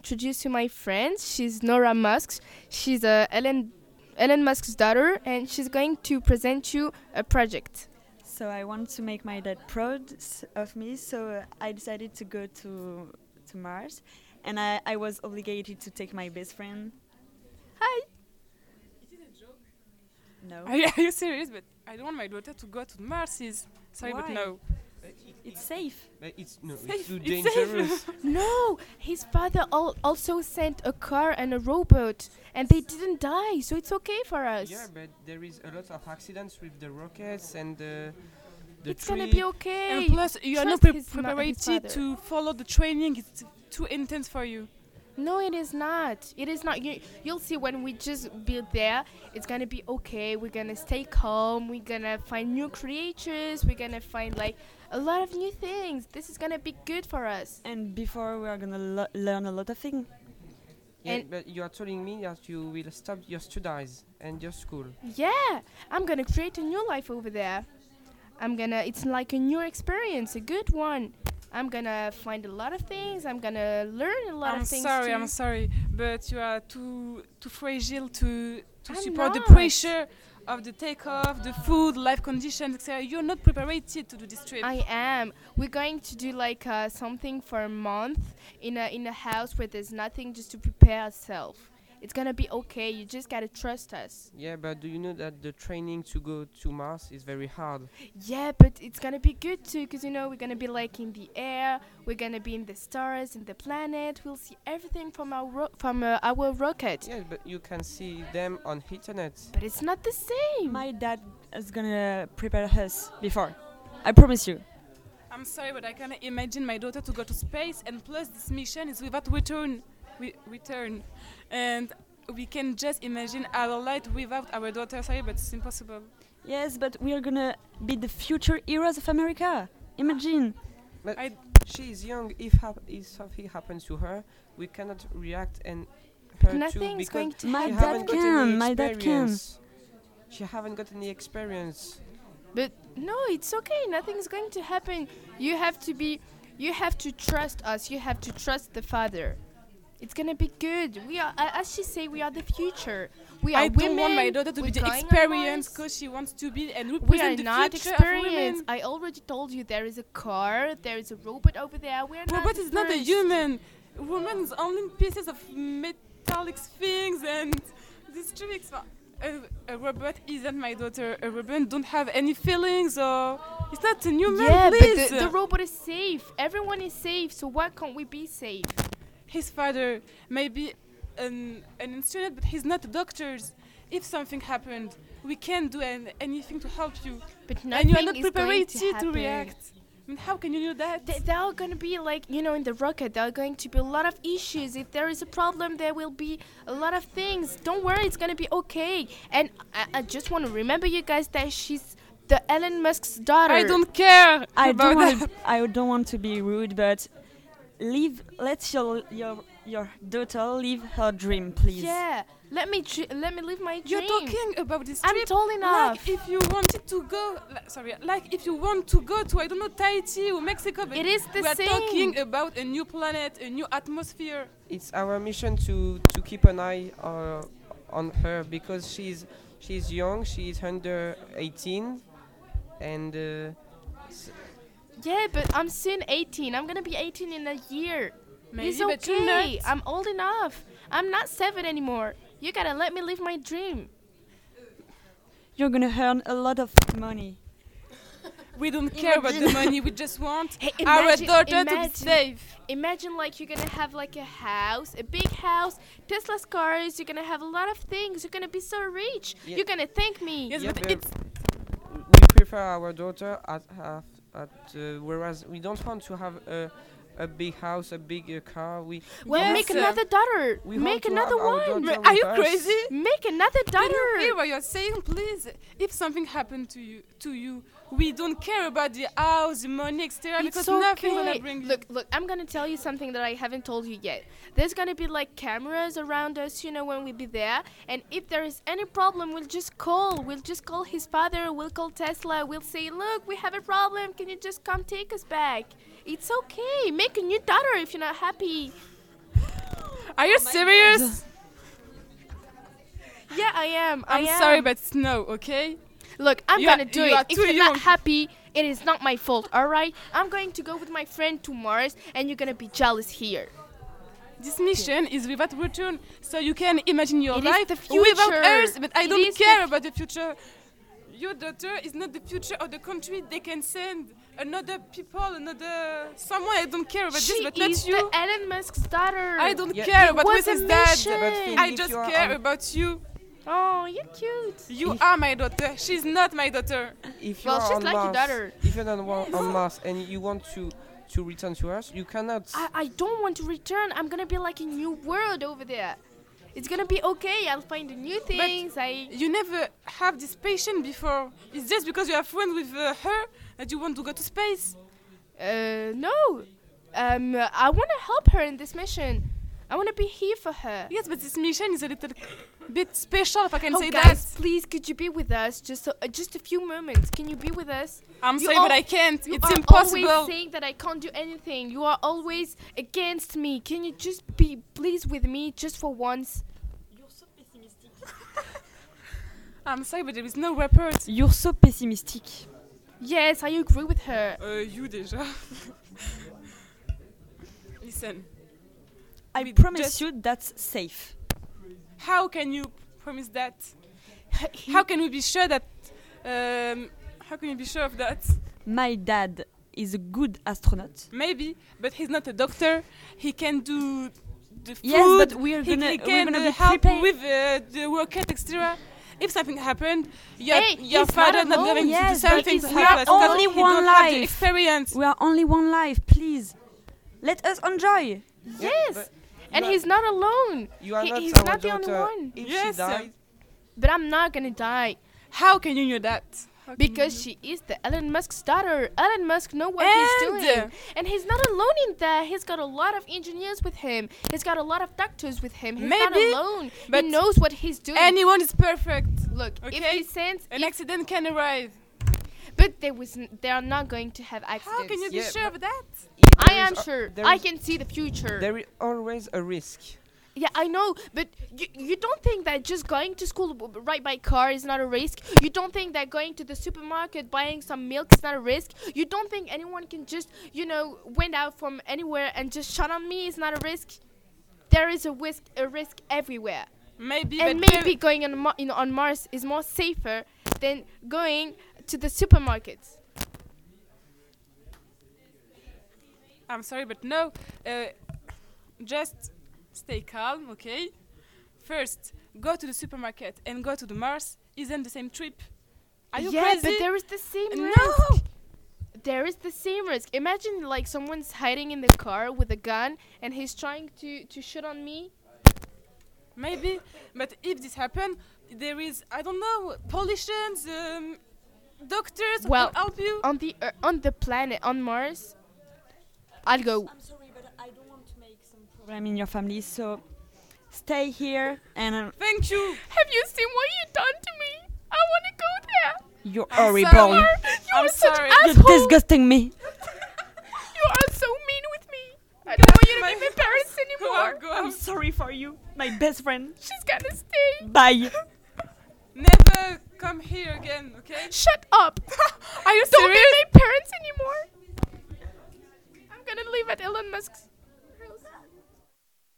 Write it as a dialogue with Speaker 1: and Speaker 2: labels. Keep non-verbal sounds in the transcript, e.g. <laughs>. Speaker 1: Introduce to my friend. She's Nora Musk. She's uh, Ellen, Elon Musk's daughter, and she's going to present you a project.
Speaker 2: So I want to make my dad proud s- of me. So I decided to go to to Mars, and I, I was obligated to take my best friend.
Speaker 1: Hi.
Speaker 2: No,
Speaker 3: Are you, <laughs> are you serious? But I don't want my daughter to go to Mars. Is sorry, but
Speaker 2: Why?
Speaker 3: no.
Speaker 2: it's safe.
Speaker 4: But it's no,
Speaker 3: Safe,
Speaker 4: it's too
Speaker 3: it's safe.
Speaker 1: <laughs>
Speaker 4: dangerous.
Speaker 1: No, his father al- also sent a car and a robot, and they didn't die, so it's okay for us.
Speaker 4: yeah, but there is a lot of accidents with the rockets and the the
Speaker 1: it's gonna
Speaker 4: trip.
Speaker 1: be okay.
Speaker 3: and plus, you are not
Speaker 1: trust
Speaker 3: pre-
Speaker 1: his ma- his
Speaker 3: prepared to follow the training. It's too intense for you.
Speaker 1: No, it is not. It is not. You, you'll see when we just be there, it's gonna be okay. We're gonna stay calm. We're gonna find new creatures. We're gonna find like a lot of new things. This is gonna be good for us.
Speaker 2: And before we are gonna lo- learn a lot of things.
Speaker 4: Yeah,
Speaker 1: And-
Speaker 4: but you are telling me that you will stop your studies and your school.
Speaker 1: Yeah, I'm gonna create a new life over there. I'm gonna. It's like a new experience, a good one. I'm gonna find a lot of things. I'm gonna learn a lot
Speaker 3: I'm
Speaker 1: of things.
Speaker 3: sorry,
Speaker 1: too.
Speaker 3: I'm sorry, but you are too too fragile to to
Speaker 1: I'm
Speaker 3: support the
Speaker 1: not.
Speaker 3: pressure of the takeoff, the food, life conditions, etc. You're not prepared to do this trip.
Speaker 1: I am. We're going to do like uh, something for a month in a in a house where there's nothing, just to prepare ourselves. It's gonna be okay. You just gotta trust us.
Speaker 4: Yeah, but do you know that the training to go to Mars is very hard?
Speaker 1: Yeah, but it's gonna be good too, cause you know we're gonna be like in the air. We're gonna be in the stars, in the planet. We'll see everything from our ro- from uh, our rocket.
Speaker 4: Yeah, but you can see them on internet.
Speaker 1: But it's not the same.
Speaker 2: My dad is gonna prepare us before. I promise you.
Speaker 3: I'm sorry, but I cannot imagine my daughter to go to space. And plus, this mission is without return, we, return, and we can just imagine our life without our daughter. Sorry, but it's impossible.
Speaker 2: Yes, but we are gonna be the future heroes of America. Imagine.
Speaker 4: But
Speaker 3: I-
Speaker 4: she is young. If, hap- if something happens to her, we cannot react and her too
Speaker 1: Nothing's
Speaker 4: because
Speaker 1: going to
Speaker 2: My
Speaker 4: she
Speaker 1: happen.
Speaker 2: dad
Speaker 4: haven't got any
Speaker 2: can, my dad can.
Speaker 4: experience. She haven't got any experience.
Speaker 1: But no, it's okay. Nothing's going to happen. You have to be. You have to trust us. You have to trust the Father. It's gonna be good. We are, a- as she say, we are the future. We are
Speaker 3: I
Speaker 1: women.
Speaker 3: don't want my daughter to be
Speaker 1: we're
Speaker 3: the
Speaker 1: going on
Speaker 3: experience
Speaker 1: Mars.
Speaker 3: because she wants to be and
Speaker 1: We are
Speaker 3: represent
Speaker 1: not
Speaker 3: the future of women.
Speaker 1: experienced. I already told you there is a car, there is a robot over there. We are not.
Speaker 3: Robot is not a
Speaker 1: experienced.
Speaker 3: human. Woman is only pieces of metallic things and these tricks. A, a robot isn't my daughter. A robot don't have any feelings or it's not a human.
Speaker 1: Yeah,
Speaker 3: please.
Speaker 1: but the, the robot is safe. Everyone is safe. So why can't we be safe?
Speaker 3: his father may be an, an instrument, but he's not a doctor. If something happened, we can do an, anything to help you.
Speaker 1: But
Speaker 3: and
Speaker 1: nothing
Speaker 3: you are not
Speaker 1: is going
Speaker 3: prepared
Speaker 1: to,
Speaker 3: to,
Speaker 1: happen.
Speaker 3: react. I mean, how can you do that?
Speaker 1: Th- there are going to be like you know in the rocket there are going to be a lot of issues if there is a problem there will be a lot of things don't worry it's going to be okay and i, I just want to remember you guys that she's the elon musk's daughter
Speaker 3: I don't care
Speaker 2: I
Speaker 3: about
Speaker 2: don't
Speaker 3: that.
Speaker 2: want I don't want to be rude, but leave. Let your your your daughter live her dream, please.
Speaker 1: yeah let me dr- let me live my dream
Speaker 3: <laughs> You're talking about this
Speaker 1: i'm
Speaker 3: trip
Speaker 1: tall enough
Speaker 3: like if you wanted to go, like, sorry, like if you want to go to I don't know Tahiti or Mexico, but
Speaker 1: It is the
Speaker 3: we are
Speaker 1: same.
Speaker 3: talking about a new planet, a new atmosphere.
Speaker 4: It's our mission to to keep an eye uh, on her because she's she's young. She's under 18, and uh,
Speaker 1: yeah but i'm soon 18 i'm going to be 18 in a year
Speaker 3: Maybe,
Speaker 1: it's
Speaker 3: but you're not.
Speaker 1: okay i'm old enough i'm not seven anymore you gotta let me live my dream
Speaker 2: You're gonna earn a lot of money.
Speaker 3: We don't care about the
Speaker 1: Imagine-
Speaker 3: money. We just want
Speaker 1: Hey,
Speaker 3: our
Speaker 1: imagine-
Speaker 3: daughter to be
Speaker 1: imagine-
Speaker 3: safe.
Speaker 1: imagine like you're gonna have like a house a big house tesla's cars you're gonna have a lot of things you're gonna be so rich <laughs>
Speaker 4: Yeah.
Speaker 1: you're gonna thank me
Speaker 3: Yes,
Speaker 4: Yeah,
Speaker 3: but
Speaker 4: but-
Speaker 3: it's
Speaker 4: we prefer our daughter at at, at uh, whereas we don't want to have a a big house, a big uh, car. We
Speaker 1: well
Speaker 3: Yes,
Speaker 1: make
Speaker 3: um,
Speaker 1: another daughter
Speaker 4: we
Speaker 1: make
Speaker 4: want to
Speaker 1: another
Speaker 4: have our
Speaker 1: one
Speaker 4: daughter
Speaker 3: are you
Speaker 4: with us.
Speaker 3: crazy?
Speaker 1: make another
Speaker 3: Can you hear
Speaker 1: daughter
Speaker 3: what you're saying, please? If something happened to you, to you, we don't care about the house, the money, etc.
Speaker 1: it's
Speaker 3: Because nothing
Speaker 1: okay.
Speaker 3: gonna bring you.
Speaker 1: look look i'm gonna tell you something that i haven't told you yet there's gonna be like cameras around us you know when we be there and if there is any problem we'll just call we'll just call his father we'll call tesla we'll say look we have a problem can you just come take us back it's okay make a new daughter if you're not happy
Speaker 3: Are you serious?
Speaker 1: Yeah, I am. I
Speaker 3: I'm
Speaker 1: am.
Speaker 3: sorry, but it's no, okay?
Speaker 1: Look, I'm
Speaker 3: You are-
Speaker 1: gonna do
Speaker 3: you
Speaker 1: it.
Speaker 3: are
Speaker 1: If
Speaker 3: too
Speaker 1: you're
Speaker 3: young.
Speaker 1: not happy, it is not my fault, alright? I'm going to go with my friend to Mars and you're gonna be jealous here.
Speaker 3: This mission is without return, so you can imagine your
Speaker 1: It is
Speaker 3: life
Speaker 1: the
Speaker 3: without
Speaker 1: future.
Speaker 3: Earth. But I
Speaker 1: It
Speaker 3: don't
Speaker 1: is the
Speaker 3: care about the future. Your daughter is not the future of the country. They can send another people, another someone. I don't care about
Speaker 1: she
Speaker 3: this, but
Speaker 1: is
Speaker 3: not you.
Speaker 1: the Elon Musk's daughter.
Speaker 3: I don't
Speaker 4: Yeah,
Speaker 3: care
Speaker 1: It
Speaker 3: about
Speaker 1: was
Speaker 3: what
Speaker 1: a
Speaker 3: is that.
Speaker 1: mission.
Speaker 4: But Phil,
Speaker 3: I
Speaker 4: if
Speaker 3: just
Speaker 4: you are
Speaker 3: care
Speaker 4: on-
Speaker 3: about you.
Speaker 1: Oh, you're cute.
Speaker 3: You
Speaker 4: If-
Speaker 3: are my daughter. She's not my daughter.
Speaker 4: if you
Speaker 1: Well,
Speaker 4: are
Speaker 1: she's
Speaker 4: on
Speaker 1: like your
Speaker 4: Mars,
Speaker 1: daughter.
Speaker 4: if you're on, wa- on Mars and you want to to return to Earth, you cannot.
Speaker 1: I, I don't want to return. I'm gonna be like a new world over there. It's gonna be okay. I'll find new things. I
Speaker 3: You never have this patient before. It's just because you are friends with uh, her that you want to go to space.
Speaker 1: uh no. Um, I wanna help her in this mission. I wanna be here for her.
Speaker 3: Yes, but this mission is a little bit special, if I can
Speaker 1: oh
Speaker 3: say
Speaker 1: guys,
Speaker 3: that.
Speaker 1: please could you be with us just so, uh, just a few moments? Can you be with us?
Speaker 3: I'm
Speaker 1: You
Speaker 3: sorry, but
Speaker 1: al-
Speaker 3: I can't.
Speaker 1: You
Speaker 3: It's
Speaker 1: are always
Speaker 3: impossible.
Speaker 1: saying that I can't do anything. You are always against me. Can you just be please with me just for once?
Speaker 3: I'm sorry, but there is no report.
Speaker 2: You're so pessimistic.
Speaker 1: Yes, I agree with her.
Speaker 3: Uh, you déjà. <laughs> Listen,
Speaker 2: I
Speaker 3: We
Speaker 2: promise
Speaker 3: just-
Speaker 2: you that's safe.
Speaker 3: how can you promise that? How can we be sure that? Um, how can you be sure of that?
Speaker 2: My dad is a good astronaut.
Speaker 3: Maybe, but he's not a doctor. He can do the food.
Speaker 2: Yes, but we are
Speaker 3: he,
Speaker 2: gonna-
Speaker 3: he
Speaker 2: we're
Speaker 3: can
Speaker 2: gonna
Speaker 3: uh,
Speaker 2: be
Speaker 3: help
Speaker 2: prepared.
Speaker 3: with uh, the rocket, etc. If something happened, your,
Speaker 1: Hey,
Speaker 3: your
Speaker 1: he's
Speaker 3: father
Speaker 1: not
Speaker 3: not
Speaker 1: alone.
Speaker 3: going
Speaker 2: Yes,
Speaker 3: to
Speaker 2: but
Speaker 3: do something
Speaker 1: it's-
Speaker 3: to
Speaker 1: we
Speaker 3: help
Speaker 1: are
Speaker 3: us because
Speaker 2: only
Speaker 3: he
Speaker 2: one
Speaker 3: don't have the
Speaker 2: life.
Speaker 3: experience.
Speaker 2: We are only one life, please. Let us enjoy.
Speaker 1: yes.
Speaker 4: but
Speaker 1: And
Speaker 4: you are-
Speaker 1: he's not alone.
Speaker 4: You are
Speaker 1: He-
Speaker 4: not
Speaker 1: he's
Speaker 4: our
Speaker 1: not the
Speaker 4: daughter.
Speaker 1: only one.
Speaker 4: If
Speaker 3: Yes,
Speaker 4: she dies,
Speaker 1: But I'm not gonna die
Speaker 3: How can you know that?
Speaker 1: because she is the Elon Musk's daughter. Elon Musk know what
Speaker 3: And-
Speaker 1: he's doing, and he's not alone in there. He's got a lot of engineers with him. He's got a lot of doctors with him. He's not
Speaker 3: Maybe,
Speaker 1: alone.
Speaker 3: but
Speaker 1: he knows what he's doing.
Speaker 3: anyone is perfect.
Speaker 1: Look, if
Speaker 3: Okay.
Speaker 1: he sends,
Speaker 3: An accident can arise.
Speaker 1: but there was, n- they are not going to have accidents.
Speaker 3: How can you be
Speaker 4: Yeah,
Speaker 3: sure of that?
Speaker 1: I
Speaker 4: there
Speaker 1: am
Speaker 4: is a-
Speaker 1: sure.
Speaker 4: there
Speaker 1: I
Speaker 4: is-
Speaker 1: can see the future.
Speaker 4: there is always a risk.
Speaker 1: Yeah, I know, but you, you don't think that just going to school w- w- right by car is not a risk? You don't think that going to the supermarket buying some milk is not a risk? You don't think anyone can just, you know, went out from anywhere and just shot on me is not a risk? There is a risk, a risk everywhere.
Speaker 3: Maybe,
Speaker 1: And
Speaker 3: but
Speaker 1: maybe going on, Mar- in, on Mars is more safer than going to the supermarkets.
Speaker 3: I'm sorry, but no. Uh, just stay calm, okay? First, go to the supermarket and go to the Mars. Isn't the same trip? Are you
Speaker 1: yeah, but
Speaker 3: crazy?
Speaker 1: there is the same
Speaker 3: no.
Speaker 1: risk. there is the same risk. Imagine like someone's hiding in the car with a gun and he's trying to to shoot on me.
Speaker 3: Maybe, but if this happen, there is I don't know politicians, um, doctors who
Speaker 1: Well, um,
Speaker 3: can help you.
Speaker 1: On the ear on the planet on Mars, I'll go.
Speaker 2: I'm sorry, but I don't want to make some problem in your family, so stay here and uh,
Speaker 3: Thank you.
Speaker 1: <laughs> Have you seen what you done to me? I want to go there.
Speaker 2: you're
Speaker 3: I'm
Speaker 2: horrible.
Speaker 3: sorry.
Speaker 1: You
Speaker 3: I'm
Speaker 1: are such
Speaker 3: sorry.
Speaker 2: You're
Speaker 1: asshole.
Speaker 2: disgusting me.
Speaker 1: <laughs> You are so mean with me. I
Speaker 3: Get
Speaker 1: don't want
Speaker 3: out
Speaker 1: you
Speaker 3: of
Speaker 1: to
Speaker 3: my
Speaker 1: be my
Speaker 3: <laughs>
Speaker 1: parents
Speaker 3: Go out,
Speaker 1: anymore.
Speaker 3: go out.
Speaker 2: sorry for you, my best friend.
Speaker 1: She's gonna stay.
Speaker 2: Bye.
Speaker 3: Never come here again, okay?
Speaker 1: Shut up.
Speaker 3: <laughs> Are you
Speaker 1: don't be my parents anymore. I'm gonna live at Elon Musk's